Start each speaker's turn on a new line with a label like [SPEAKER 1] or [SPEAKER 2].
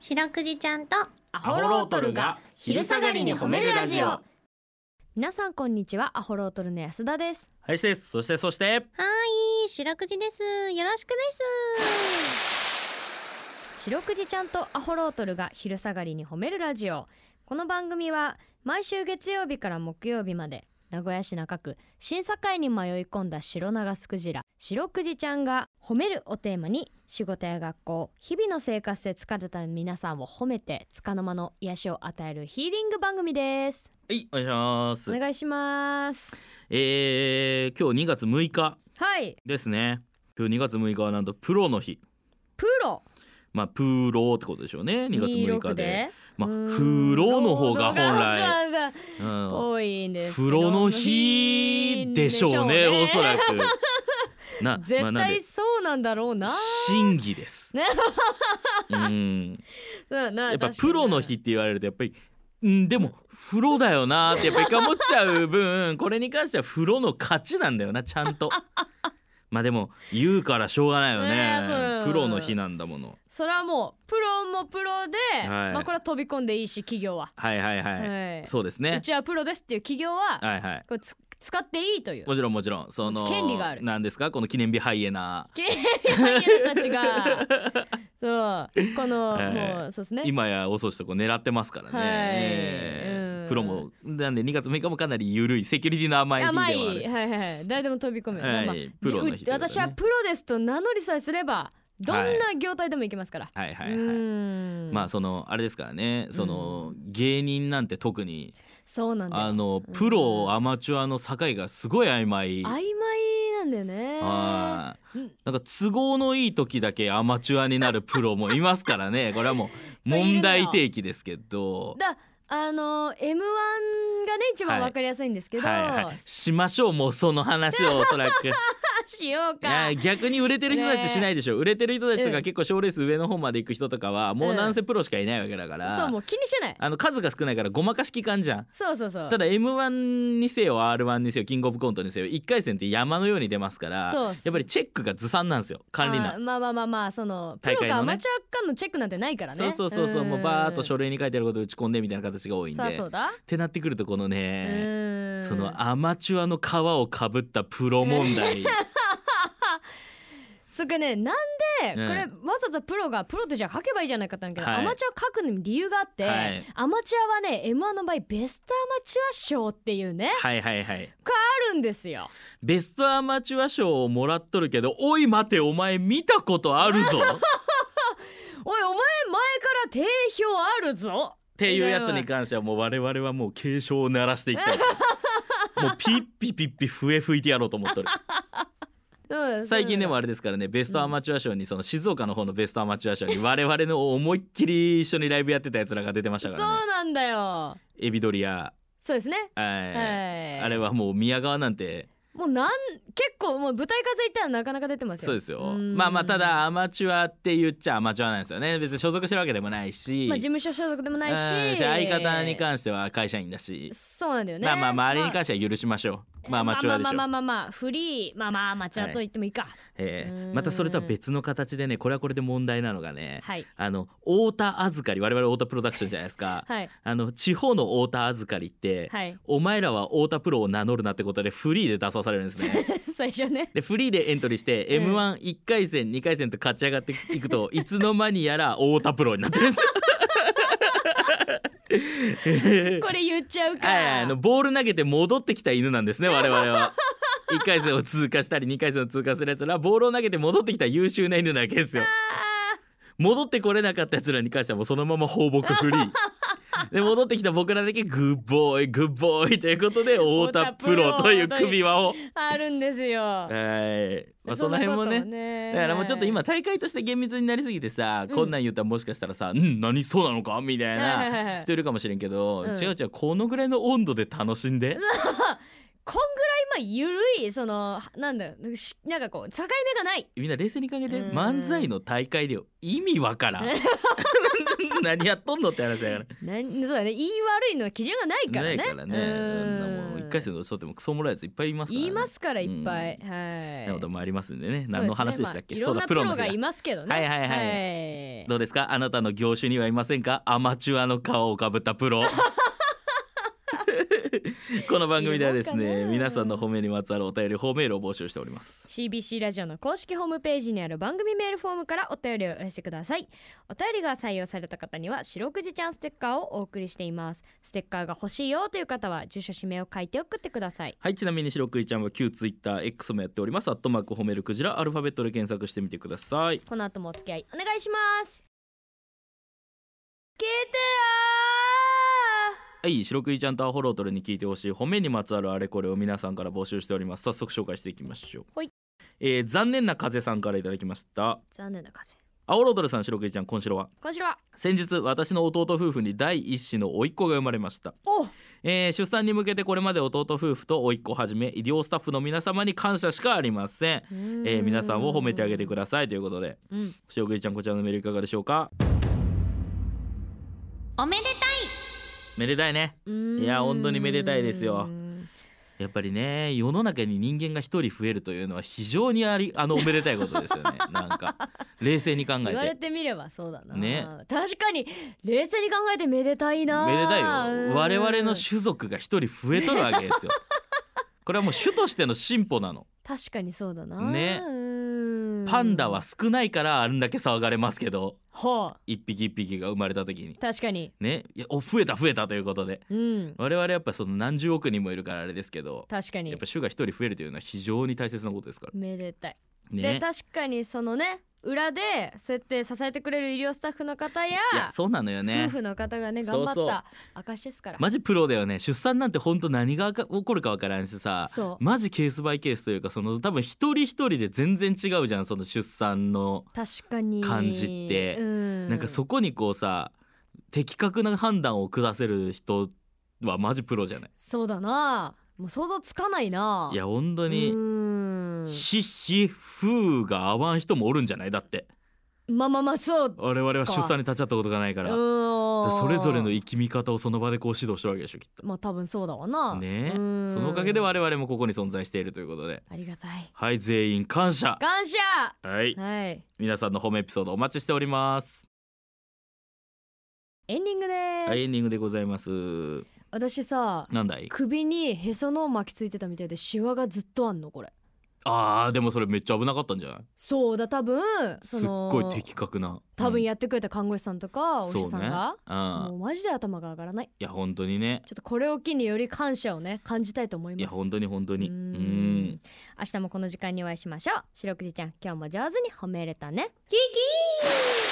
[SPEAKER 1] 白くじちゃんと
[SPEAKER 2] ア
[SPEAKER 3] ホロートルが昼下がりに褒めるラジオ
[SPEAKER 2] 皆さんこんにちはアホロートルの安田です
[SPEAKER 3] 林ですそしてそし
[SPEAKER 1] は
[SPEAKER 3] て
[SPEAKER 1] い白くじですよろしくです
[SPEAKER 2] 白くじちゃんとアホロートルが昼下がりに褒めるラジオこの番組は毎週月曜日から木曜日まで名古屋市中区審査会に迷い込んだ白長スクジラ白くじちゃんが褒めるをテーマに仕事や学校日々の生活で疲れた皆さんを褒めて束の間の癒しを与えるヒーリング番組です
[SPEAKER 3] はいお願いします
[SPEAKER 2] お願いします
[SPEAKER 3] えー、今日2月6日
[SPEAKER 2] はい
[SPEAKER 3] ですね今日2月6日はなんとプロの日
[SPEAKER 2] プロ
[SPEAKER 3] まあプーローってことでしょうね2月6日でまあ
[SPEAKER 2] うーん
[SPEAKER 3] フローの方が本来、
[SPEAKER 2] そうなんだ
[SPEAKER 3] うん、
[SPEAKER 2] 多いんですけど
[SPEAKER 3] フロの日でしょうねおそら くなまあ
[SPEAKER 2] 絶
[SPEAKER 3] なん
[SPEAKER 2] 対
[SPEAKER 3] で
[SPEAKER 2] そうなんだろうな
[SPEAKER 3] 真偽です、
[SPEAKER 2] ね
[SPEAKER 3] うん
[SPEAKER 2] なな
[SPEAKER 3] やっぱ
[SPEAKER 2] 確かに
[SPEAKER 3] プロの日って言われるとやっぱりうんでも風呂だよなってやっぱり思っちゃう分これに関しては風呂の勝ちなんだよなちゃん とまあでも言うからしょうがないよ
[SPEAKER 2] ねそうだ
[SPEAKER 3] ね
[SPEAKER 2] よ
[SPEAKER 3] プロの日なんだもの
[SPEAKER 2] それはもうプロもプロで、
[SPEAKER 3] はい
[SPEAKER 2] まあこれは飛び込んでいいし企業は、
[SPEAKER 3] はいはいはい、
[SPEAKER 2] はい
[SPEAKER 3] そうです
[SPEAKER 2] う
[SPEAKER 3] ね
[SPEAKER 2] ちはプロですっていう企業は、
[SPEAKER 3] はいはい
[SPEAKER 2] これつ使っていい という
[SPEAKER 3] もちろんもちろんその
[SPEAKER 2] 権利がある
[SPEAKER 3] なんですかこの記念日ハイエナ
[SPEAKER 2] 経営者たちが そうこの、
[SPEAKER 3] はい
[SPEAKER 2] もうそうですね
[SPEAKER 3] 今や遅しとこ狙ってますからね、
[SPEAKER 2] はい
[SPEAKER 3] ええ
[SPEAKER 2] うん
[SPEAKER 3] プロもなんで2月6日もかなり緩いセキュリティの甘い日ではあ
[SPEAKER 2] 甘
[SPEAKER 3] る
[SPEAKER 2] いはいはいはい誰でも飛び込める、
[SPEAKER 3] はい
[SPEAKER 2] まあまあ
[SPEAKER 3] プロの人
[SPEAKER 2] じう
[SPEAKER 3] だね
[SPEAKER 2] 私はプロですと名乗りさえすればどんな業態でも行けますから、
[SPEAKER 3] はいは
[SPEAKER 2] う
[SPEAKER 3] いはい
[SPEAKER 2] ーん
[SPEAKER 3] まあそのあれですからねその、芸人なんて特に
[SPEAKER 2] そうなんだよ
[SPEAKER 3] あの
[SPEAKER 2] うん
[SPEAKER 3] プロアマチュアの境がすごい曖昧。
[SPEAKER 2] 曖昧なんだよね
[SPEAKER 3] はい
[SPEAKER 2] うん
[SPEAKER 3] なんか都合のいい時だけアマチュアになるプロもいますから ねこれはもう問題提起ですけど。
[SPEAKER 2] だあの M1 がね一番わかりやすいんですけど、
[SPEAKER 3] はいはい、しましょうもうその話をおそらく い
[SPEAKER 2] しようか
[SPEAKER 3] や逆に売れてる人たちしないでしょ、売れてる人たちとか結構賞レース上の方まで行く人とかはもうなんせプロしかいないわけだから、
[SPEAKER 2] そうもう気にしてない
[SPEAKER 3] あの数が少ないからごまかしきかんじゃん
[SPEAKER 2] そうそうそう
[SPEAKER 3] ただ m 1にせよ r 1にせよキングオブコントにせよ1回戦って山のように出ますから
[SPEAKER 2] そうっ
[SPEAKER 3] や
[SPEAKER 2] す
[SPEAKER 3] っぱりチェックがずさんなんですよ管理な
[SPEAKER 2] あーまあまあまあまあそのプ
[SPEAKER 3] 大
[SPEAKER 2] ロ
[SPEAKER 3] 会のね
[SPEAKER 2] かアマチュアかのチェックなんてないからね
[SPEAKER 3] そうそうそうそうもうバーっと書
[SPEAKER 2] 類
[SPEAKER 3] 類に書いてあることを打ち込んでみたいな形が多いんで
[SPEAKER 2] さあそ
[SPEAKER 3] っ
[SPEAKER 2] うだ、
[SPEAKER 3] てなってくるとこのね
[SPEAKER 2] うーん
[SPEAKER 3] そのアマチュアの皮をかぶったプロ問題
[SPEAKER 2] それかねなんでこ
[SPEAKER 3] うん
[SPEAKER 2] れわざわざプロがプロってじゃあ書けばいいじゃないかってなるけど、
[SPEAKER 3] はい
[SPEAKER 2] アマチュア書くのに理由があって、
[SPEAKER 3] はい
[SPEAKER 2] アマチュアはね M1 の場合ベストアマチュア賞っていうね
[SPEAKER 3] はいはいはい
[SPEAKER 2] あるんですよ
[SPEAKER 3] ベストアマチュア賞をもらっとるけどおい待てお前見たことあるぞ
[SPEAKER 2] おいお前前から定評あるぞ
[SPEAKER 3] っていうやつに関してはもう我々はもう警鐘を鳴らしていきたいもうピッピピッピ笛吹いてやろうと思っとる
[SPEAKER 2] うん
[SPEAKER 3] 最近でも
[SPEAKER 2] あ
[SPEAKER 3] あれですからねベストアマチュア賞にその静岡の方のベストアマチュア賞に我々の思いっきり一緒にライブやってたやつらが出てまし
[SPEAKER 2] そ
[SPEAKER 3] た
[SPEAKER 2] う
[SPEAKER 3] からね
[SPEAKER 2] なんだよ
[SPEAKER 3] エビドリア、
[SPEAKER 2] そうですね
[SPEAKER 3] はい
[SPEAKER 2] はい
[SPEAKER 3] あれはもう宮川なんて
[SPEAKER 2] もうなん結構もう舞台数いったらなかなか出てますよ
[SPEAKER 3] そうですよ
[SPEAKER 2] ん
[SPEAKER 3] まあまあただアマチュアって言っちゃアマチュアなんですよね別に所属してるわけでもないし,、
[SPEAKER 2] まあ事務所所属でもない
[SPEAKER 3] うん
[SPEAKER 2] し
[SPEAKER 3] 相方に関しては会社員だし、
[SPEAKER 2] そうなんだよね
[SPEAKER 3] まあまあ周りに関しては許しましょう、まあ、アマチュアでしょう、
[SPEAKER 2] まあまあまあまあまあフリーまあまあアマチュアと言ってもいいか
[SPEAKER 3] え
[SPEAKER 2] う
[SPEAKER 3] ー
[SPEAKER 2] ん
[SPEAKER 3] またそれとは別の形でねこれはこれで問題なのがね、
[SPEAKER 2] はい
[SPEAKER 3] あの太田預かり我々太田プロダクションじゃないですか、
[SPEAKER 2] はい
[SPEAKER 3] あの地方の太田預かりって、
[SPEAKER 2] はい
[SPEAKER 3] お前らは太田プロを名乗るなってことでフリーで出さされるんですね。
[SPEAKER 2] 最初ね
[SPEAKER 3] でフリーでエントリーして
[SPEAKER 2] うん
[SPEAKER 3] m 1 1回戦2回戦と勝ち上がっていくといつの間にやら太田プロになってるんですよ。
[SPEAKER 2] これ言っちゃうか
[SPEAKER 3] はいはいあのボール投げて戻ってきた犬なんです ね我々は。1回戦を通過したり2回戦を通過するやつらボールを投げて戻ってきた優秀な犬なわけですよ。戻ってこれなかったやつらに関してはもうそのまま放牧フリ ー。で戻ってきた僕らだけグッボーイグッボーイということで太田プロという首輪を。
[SPEAKER 2] あるんですよ
[SPEAKER 3] はい、まあ、その辺もね
[SPEAKER 2] そんなことね
[SPEAKER 3] だからもうちょっと今大会として厳密になりすぎてさ、
[SPEAKER 2] うん
[SPEAKER 3] こんなん言ったらもしかしたらさ「うん何そうなのか?」みたい
[SPEAKER 2] はいはいはいは
[SPEAKER 3] ない人いるかもしれんけど、
[SPEAKER 2] うん
[SPEAKER 3] 違う違うこのぐらいの温度で楽しんで、
[SPEAKER 2] こんぐらいまあゆるいそのなんだよしなんかこう境目がない
[SPEAKER 3] みんな冷静に考えて
[SPEAKER 2] うん
[SPEAKER 3] 漫才の大会でよ意味わからん。何やっとんのって話だから
[SPEAKER 2] なんそうだね言い悪いのは基準がないからね
[SPEAKER 3] ないからね
[SPEAKER 2] うん
[SPEAKER 3] そんなもう一回戦の落ちとってもクソもらえずいっぱいいますから、
[SPEAKER 2] 言
[SPEAKER 3] ね、
[SPEAKER 2] いますからいっぱい、はい
[SPEAKER 3] なこともありますんでね何の話でしたっけ
[SPEAKER 2] そうですねまあいろんなプロ
[SPEAKER 3] 日
[SPEAKER 2] がいますけどね
[SPEAKER 3] はいはいはい
[SPEAKER 2] はい
[SPEAKER 3] どうですかあなたの業種にはいませんかアマチュアの顔をかぶったプ ロこの番組ではです
[SPEAKER 2] いるの
[SPEAKER 3] ね
[SPEAKER 2] かな
[SPEAKER 3] 皆さんの褒めにまつわるお便り褒めールを募集しております
[SPEAKER 2] CBC ラジオの公式ホームページにある番組メールフォームからお便りをお寄せくださいお便りが採用された方には「白くじちゃんステッカー」をお送りしていますステッカーが欲しいよという方は住所氏名を書いて送ってください
[SPEAKER 3] はいちなみに白くいちゃんは旧 TwitterX もやっておりますアットマーク褒めるクジラアルファベットで検索してみてください
[SPEAKER 2] この後もお付き合いお願いします聞いて
[SPEAKER 3] はい白くいちゃんとアホロートルに聞いてほしい褒めにまつわるあれこれを皆さんから募集しております早速紹介していきましょう
[SPEAKER 2] はい
[SPEAKER 3] えー残念な風さんからいただきました
[SPEAKER 2] よー残念な風
[SPEAKER 3] アホロートルさん白くいちゃん今週は
[SPEAKER 2] こちら
[SPEAKER 3] 先日私の弟夫婦に第一子の甥っ子が生まれました
[SPEAKER 2] お
[SPEAKER 3] えー出産に向けてこれまで弟夫婦と甥っ子はじめ医療スタッフの皆様に感謝しかありません
[SPEAKER 2] え
[SPEAKER 3] えー皆さんを褒めてあげてく
[SPEAKER 2] だ
[SPEAKER 3] ださいということで
[SPEAKER 2] さい、うん
[SPEAKER 3] 塩食いちゃんこちらのメールいかがでしょうか
[SPEAKER 1] おめでたい
[SPEAKER 3] めでたいね
[SPEAKER 2] うん
[SPEAKER 3] いや本当にめでたいですよやっぱりね世の中に人間が一人増えるというのは非常にありあのおめでたいことですよ ねなんか冷静に考えて
[SPEAKER 2] 言われてみればそうだな、
[SPEAKER 3] ね
[SPEAKER 2] 確かに冷静に考えてめでたいな
[SPEAKER 3] めでたい
[SPEAKER 2] うん
[SPEAKER 3] よ我々の種族が一人増えとるわけですよこれはもう種としての進歩なの
[SPEAKER 2] 確かにそうだな
[SPEAKER 3] ね
[SPEAKER 2] うん
[SPEAKER 3] パンダは少ないからあんだけ騒がれますけど
[SPEAKER 2] ほう
[SPEAKER 3] 一匹一匹が生まれた時に
[SPEAKER 2] 確かに
[SPEAKER 3] ねいやお増えた増えたということで
[SPEAKER 2] うん
[SPEAKER 3] 我々やっぱその何十億人もいるからあれですけど
[SPEAKER 2] 確か
[SPEAKER 3] や
[SPEAKER 2] に
[SPEAKER 3] っぱ種が一人増えるというのは非常に大切なことですから
[SPEAKER 2] めでたい、で
[SPEAKER 3] ね
[SPEAKER 2] 確かにそのね裏でそうやって支えてくれる医療スタッフの方や
[SPEAKER 3] いやそうなのよね
[SPEAKER 2] 夫婦の方がね
[SPEAKER 3] そ
[SPEAKER 2] 頑
[SPEAKER 3] う
[SPEAKER 2] 張
[SPEAKER 3] そう
[SPEAKER 2] った証ですから、
[SPEAKER 3] マジプロだよね出産なんて本当何が起こるかわからんしさ
[SPEAKER 2] そう
[SPEAKER 3] マジケースバイケースというかその多分一人一人で全然違うじゃんその出産の、
[SPEAKER 2] 確かに
[SPEAKER 3] 感じって
[SPEAKER 2] うん、
[SPEAKER 3] なんかそこにこうさ的確な判断を下せる人はマジプロじゃない
[SPEAKER 2] そうだなもう想像つかないない
[SPEAKER 3] や本当に
[SPEAKER 2] うん
[SPEAKER 3] ひひふうが合わん人もおるんじゃないだって
[SPEAKER 2] まあまあまあそう
[SPEAKER 3] 我々は出産に立ち会ったことがないからだ
[SPEAKER 2] うん
[SPEAKER 3] からそれぞれの生き見方をその場でこう指導してるわけでしょきっと
[SPEAKER 2] まあ多分そうだわな
[SPEAKER 3] ねそ
[SPEAKER 2] うん
[SPEAKER 3] のおかげで我々もここに存在しているということで
[SPEAKER 2] ありがたい
[SPEAKER 3] はい全員感謝
[SPEAKER 2] 感謝
[SPEAKER 3] はい
[SPEAKER 2] はい
[SPEAKER 3] 皆さんの褒めエピソードお待ちしております
[SPEAKER 2] エンディングです、
[SPEAKER 3] はいエンディングでございます
[SPEAKER 2] 私さ
[SPEAKER 3] なんだい
[SPEAKER 2] 首にへその緒巻きついてたみたいでシワがずっとあんのこれ
[SPEAKER 3] あーでもそれめっちゃ危なかったんじゃない
[SPEAKER 2] そうだ多分
[SPEAKER 3] す
[SPEAKER 2] そ
[SPEAKER 3] っ
[SPEAKER 2] の
[SPEAKER 3] ごい的確な
[SPEAKER 2] 多分
[SPEAKER 3] や
[SPEAKER 2] やってくれた看護師さんとかお医者さんが、
[SPEAKER 3] そうねう
[SPEAKER 2] も
[SPEAKER 3] ん
[SPEAKER 2] うマジで頭が上がらない
[SPEAKER 3] いや本当にね
[SPEAKER 2] ちょっとこれを機により感謝をね感じたいと思います
[SPEAKER 3] いや本当に本当に
[SPEAKER 2] う
[SPEAKER 3] う
[SPEAKER 2] ーん
[SPEAKER 3] ん
[SPEAKER 2] 明日もこの時間にお会いしましょう白くじちゃん今日も上手に褒めれたねキキー